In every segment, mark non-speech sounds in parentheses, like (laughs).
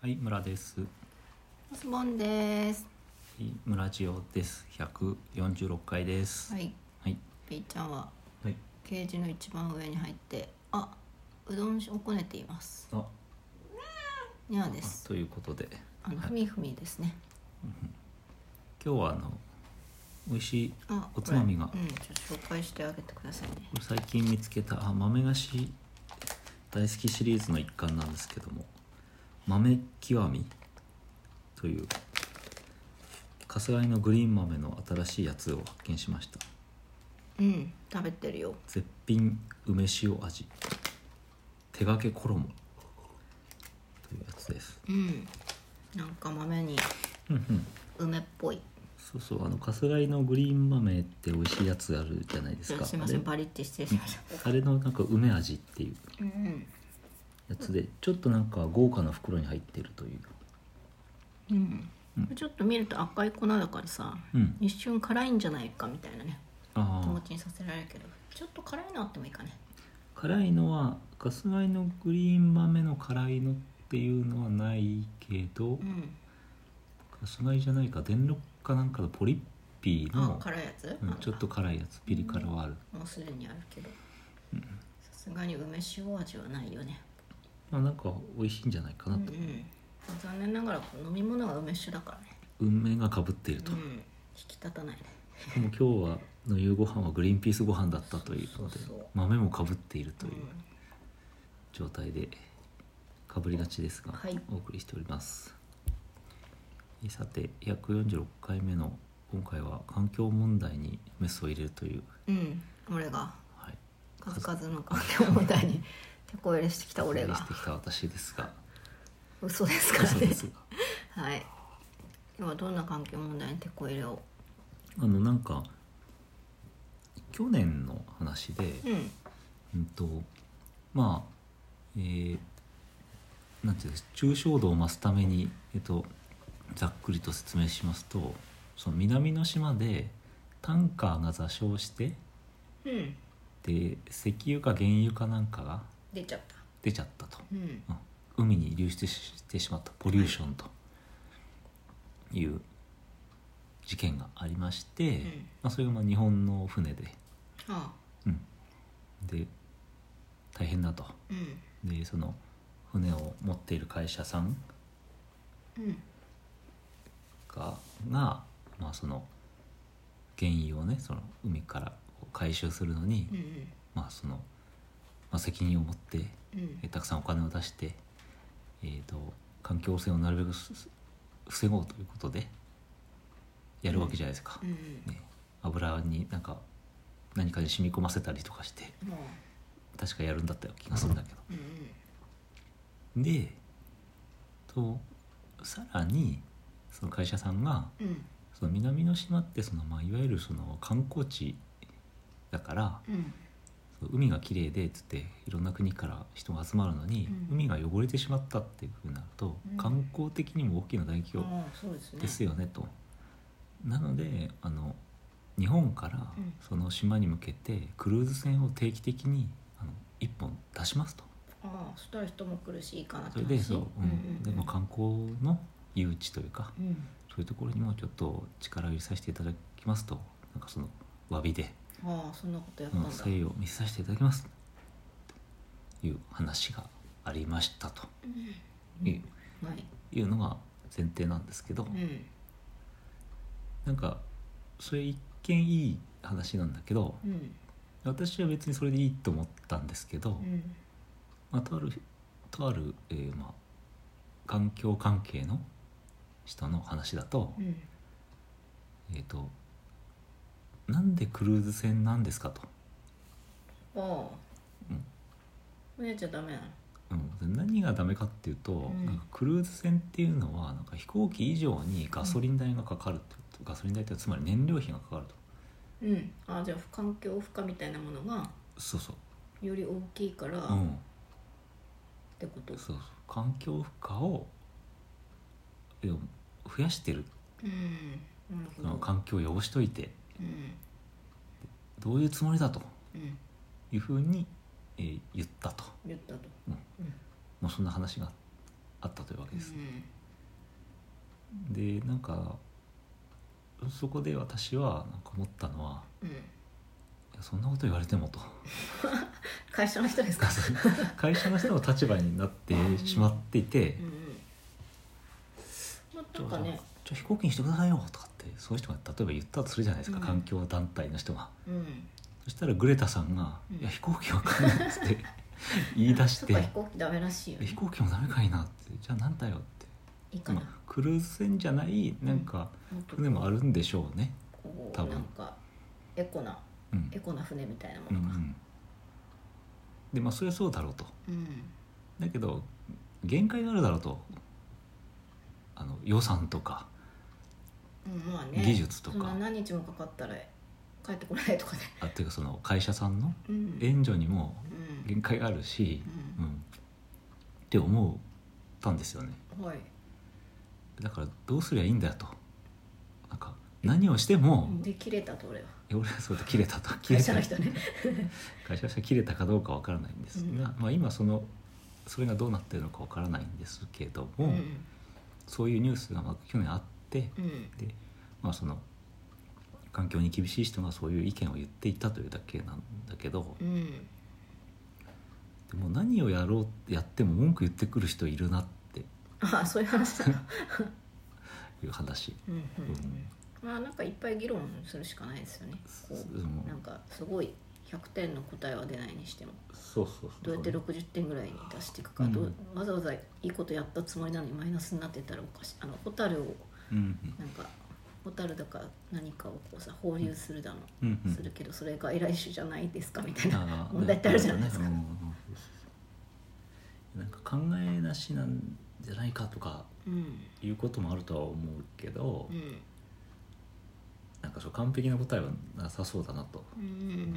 はい、村です。はモスボンです。い村ジオです。百四十六回です。はい、はい。ペイちゃんははい。ケージの一番上に入って、あ、うどんをこねています。あ、にゃーあです。ということで、あの、はいふみふみですね。今日はあの美味しいあ、おつまみが、これうん、ちょっと紹介してあげてくださいね。これ最近見つけたあ豆菓子大好きシリーズの一環なんですけども、豆極みという春日井のグリーン豆の新しいやつを発見しました。うん、食べてるよ。絶品梅塩味手掛け衣というやつです。うん。なんか豆にうんうん。梅っぽい。そうそうあのカスライのグリーン豆って美味しいやつあるじゃないですすかみません、バリって失礼しました。あれあれのなんか梅味っていううんうん。やつでちょっとなんか豪華な袋に入ってるといううん。ちょっと見ると赤い粉だからさ、うん一瞬辛いんじゃないかみたいなね気持ああちにさせられるけどちょっと辛いのあってもいいかね辛いのはカスライのグリーン豆の辛いのっていうのはないけどうんカスライじゃないか電力かなんかのポリッピーあの、辛いやつ、うん、ちょっと辛いやつピリ辛はあるもうすでにあるけどさすがに梅塩味はないよねまあなんか美味しいんじゃないかうんなうと、ん残念ながら飲み物が梅酒だからね梅がかぶっているうと、ん引き立たないねでも今日はの夕ご飯はグリーンピースご飯だったというのでそうそう豆もかぶっているといううん状態でかぶりがちですが、はいお送りしておりますえさて146回目の今回は環境問題にメスを入れるという、うん俺 (laughs) がはい、数々の環境問題に手こ入れしてきた俺お送りしがてきた私ですが嘘ですから嘘ねですがはい今日はどんな環境問題に手こ入れをあのなんか去年の話で、うんうんとまあえーなんていうんです抽象度を増すために、えっと、ざっくりと説明しますとその南の島でタンカーが座礁してうんで石油か原油かなんかが出ちゃった出ちゃったと、うんうん海に流出してしまったポリューションという事件がありまして、んまあ、それがまあ日本の船で,、ああうん、で大変だと。うんでその船を持っている会社さんうんがが、まあ、その原油をねその海から回収するのに、うんまあそのまあ、責任を持ってうんうんえたくさんお金を出して、えー、と環境汚染をなるべくすす防ごうということでやるわけじゃないですか、うんね、油になんか何かに染み込ませたりとかしても確かやるんだったような気がするんだけど。ううんでとさらにその会社さんがうんうんその南の島ってその、まあ、いわゆるその観光地だからうんその海が綺麗でっつっていろんな国から人が集まるのに、うん海が汚れてしまったっていうふうになると、うん観光的にも大きな大企業ああそうですねですよねと。なのであの日本からうんその島に向けてクルーズ船を定期的にあの1本出しますと。ああそしたら人も苦しいかなってそれでそう、うんうんでまあ観光の誘致というかうんそういうところにもちょっと力を入れさせていただきますとなんかその詫びで、ああそんなことやったうんん、だ、誠意を見せさせていただきますという話がありましたとうんいう,、はいいうのが前提なんですけど、うんなんかそれ一見いい話なんだけどうん私は別にそれでいいと思ったんですけど、うんまあ、とあるとある、えーまあ、環境関係の人の話だと、うんえー、となんでクルーズ船なんですかと、ああうんお姉ちゃんダメなのうん、何がダメかっていうと、うんなんかクルーズ船っていうのはなんか飛行機以上にガソリン代がかかるってこと、ガソリン代ってつまり燃料費がかかるとうんああじゃあ環境負荷みたいなものがそうそう、より大きいから、うっん、てことそうそう環境負荷をえー増やしてる、うんなるほど環境を汚しといてうんどういうつもりだとうんいうふうに、えー言ったと、言ったとうんまあ、そんな話があったというわけうです、んでなんかそこで私はなんか思ったのはうんいやそんなこと言われてもと (laughs) 会社の人ですか会社の人の立場になってしまっていてうんうんまあなんかねじゃあ飛行機にしてくださいよとかってそういう人が例えば言ったとするじゃないですか、うん環境団体の人がうんそしたらグレタさんが「うんいや飛行機は買えない」って (laughs) 言い出しちょってと飛行機ダメらしい「よね飛行機もダメかいな」って「じゃあなんだよ」っていいかまなあクルーズ船じゃないなんかもっと船もあるんでしょうねこ多う分なんかエコなうんエコな船みたいなもうんうのがんでまあそれはそうだろうとうんだけど限界があるだろうとあの予算とかうんまあね技術とかそんな何日もかかったら帰ってこないとかねあっていうかその会社さんのうん援助にもうん限界があるし、う、うんって思ったんですよねんはいだからどうすりゃいいんだよとなんか何をしても、で切れたと俺はえ俺はそれで切れたと切れ会社たの人ね会社の人は切れたかどうかわからないんですが、まあ、今そのそれがどうなってるのかわからないんですけども、うんそういうニュースがまあ去年あってうんで、まあ、その環境に厳しい人がそういう意見を言っていたというだけなんだけどうんでも何をやろうやっても文句言ってくる人いるなってああそういう話だないう話。うんうんうんまあなんかいっぱい議論するしかないですよねこそううんなんかすごい100点の答えは出ないにしてもそうそうそうどうやって60点ぐらいに出していくか、どうわざわざいいことやったつもりなのにマイナスになってたらおかしいあの蛍をうんなんか蛍だか何かをこうさ放流するだの、うんうんうんするけどそれが偉い種じゃないですかみたいな、あー問題ってあるじゃないですかうんうんうんそうそうそうなんか考えなしなんじゃないかとかうんいうこともあるとは思うけど、うんなんかそう完璧な答えはなさそうだなとうんうんい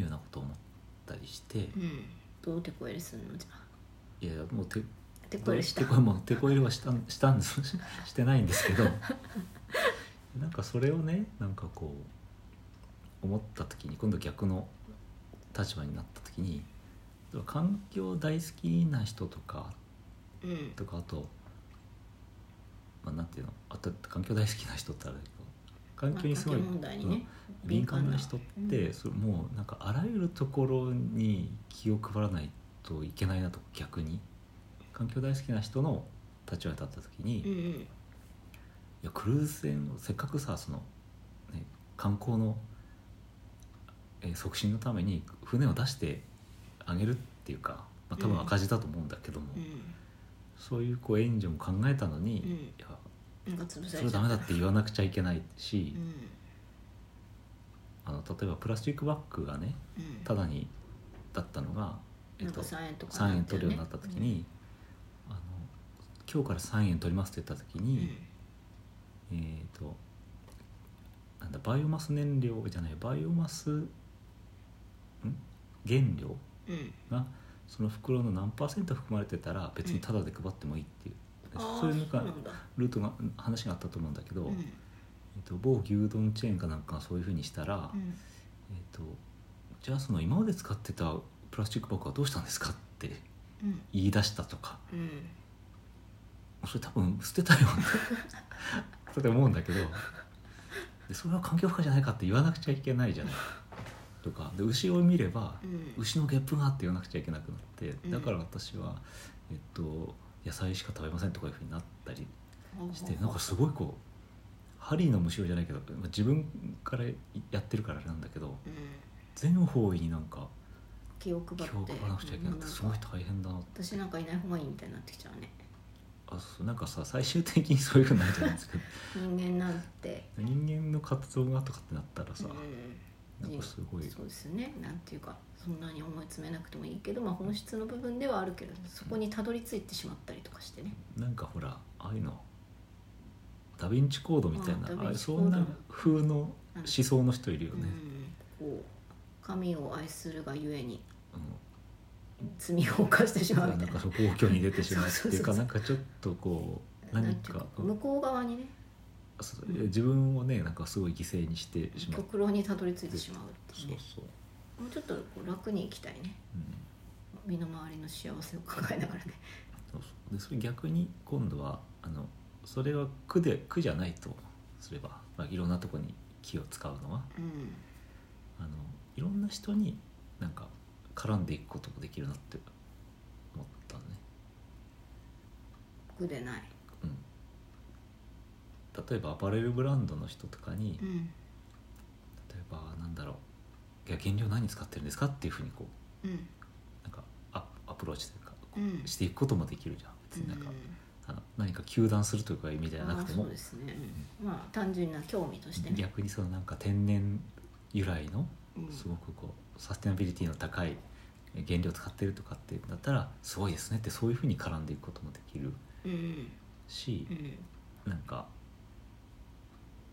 うようなことを思ったりして、うんどう手こ入れするのじゃあいやもう手手こ入れした手こもう手こ入れはしたんしたんです (laughs) してないんですけど (laughs) なんかそれをねなんかこう思った時に今度逆の立場になった時に例えば環境大好きな人とかうんとかあと、まあ、なんていうのあと環境大好きな人ってあれだけど環境にすごい、まあ環境問題にねうん敏感な人っ敏て、感なそれもうなんかあらゆるところに気を配らないといけないなと逆に環境大好きな人の立場に立った時に、うんいやクルーズ船をせっかくさその、ね、観光の、えー促進のために船を出してあげるっていうか、まあ、多分赤字だと思うんだけども、うんうんそういうこう援助も考えたのに、うんいやなんか潰さそれれちダゃっメただって言わなくちゃいけないしう、んあの例えばプラスチックバッグがねうんただにだったのが、えっなんと、か3 3円とか円取るようになった時に、あの今日から3円取りますって言った時うんに、えっ、となんだバイオマス燃料じゃないバイオマスん原料うんうんがその袋の何パーセント含まれてたら別にタダで配ってもいいっていう、ああそういうなんそかうなんだルートが話があったと思うんだけど、うえんっと某牛丼チェーンかなんかがそういうふうにしたら、うんえっとじゃあその今まで使ってたプラスチックバッグはどうしたんですかってうん言い出したとかうんそれ多分捨てたよ (laughs) ねそれ思うんだけどでそれは環境負荷じゃないかって言わなくちゃいけないじゃないとかで牛を見ればうん牛のゲップがあって言わなくちゃいけなくなってうんだから私は、えっと、野菜しか食べませんとかいうふうになったりしてなんかすごいこうハリーのむしろじゃないけど、まあ、自分からやってるからあれなんだけどうん全方位になんか気を配気っをて配らなくちゃいけなくてすごい大変だなって私なんかいない方がいいみたいになってきちゃうねあそうなんかさ最終的にそういうふうになるじゃないです (laughs) か人間なんて人間の活動がとかってなったらさ、うなんかすごいそうですねなんていうかそんなに思い詰めなくてもいいけど、まあ、本質の部分ではあるけどそこにたどり着いてしまったりとかしてねなんかほらああいうのダ・ヴィンチコードみたいなうんあダヴィンチコードれそんな風の思想の人いるようね、んこう神を愛するがゆえにうん罪を犯してしまうみなたんいかなそこを皇居に出てしまうっていうそうそうそかうそうなんかちょっとこうな何んていうかか向こう側にねそう自分をねなんかすごい犠牲にしてしまう極論にたどり着いてしまうっていそううねそう、もうちょっとこう楽に生きたいねうん、身の回りの幸せを抱えながらねそうそうでそれ逆に今度はあのそれは苦で苦じゃないとすれば、まあ、いろんなとこに気を使うのはうんあのいろんな人になんか絡んでいくこともできるなって思ったね、苦でないうん、例えばアパレルブランドの人とかに、うん例えばなんだろう「いや原料何使ってるんですか?」っていうふうにこううんなんかアアプローチというかこうんうしていくこともできるじゃん別になんか、あの何か糾弾するというか意味じゃなあくあてそもうですね、まあ単純な興味としてね、逆にそのなんか天然由来のうんすごくこうサステナビリティの高い原料使ってるとかっていうんだったらすごいですねってそういうふうに絡んでいくこともできるうんしう、んなんか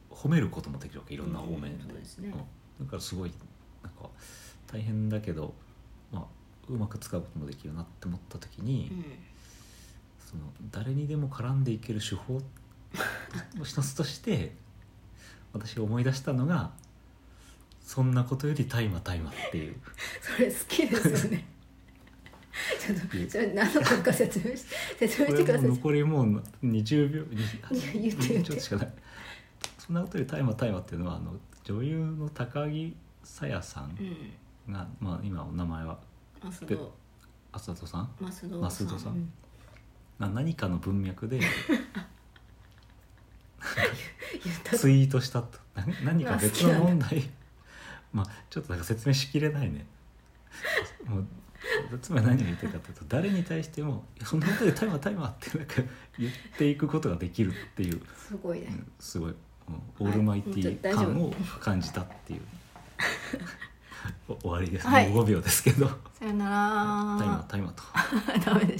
褒めることもできるわけいろんな方面うんで,、そうですねだからすごいなんか大変だけど、まあ、うまく使うこともできるなって思った時に、うその誰にでも絡んでいける手 (laughs) 法の一つとして私が思い出したのが「そんなことより大麻大麻」ってい (laughs) うん、それ好きです (laughs) よねちょっとそれ何のことか説明して説明これしてくもうださい残りもう20秒にいや言って言っちてょっとしかない「そんなことより大麻大麻」っていうのはあの女優の高木さやさんうんが、まあ、今お名前はマスドあさとさんマスドマスドさんうんが何かの文脈で言ったツイートしたとな何か別の問題 (laughs) まあちょっとなんか説明しきれないねもうつまり何が言いたいかというと誰に対しても「いやそんなことでタイマータイマー」ってなんか言っていくことができるっていう、すごいね、うんすごい、うんオールマイティーはい感もを感じたっていう (laughs) お終わりです、はいもう5秒ですけど「さよなタイらマータイマー」と。 (laughs) ダメでした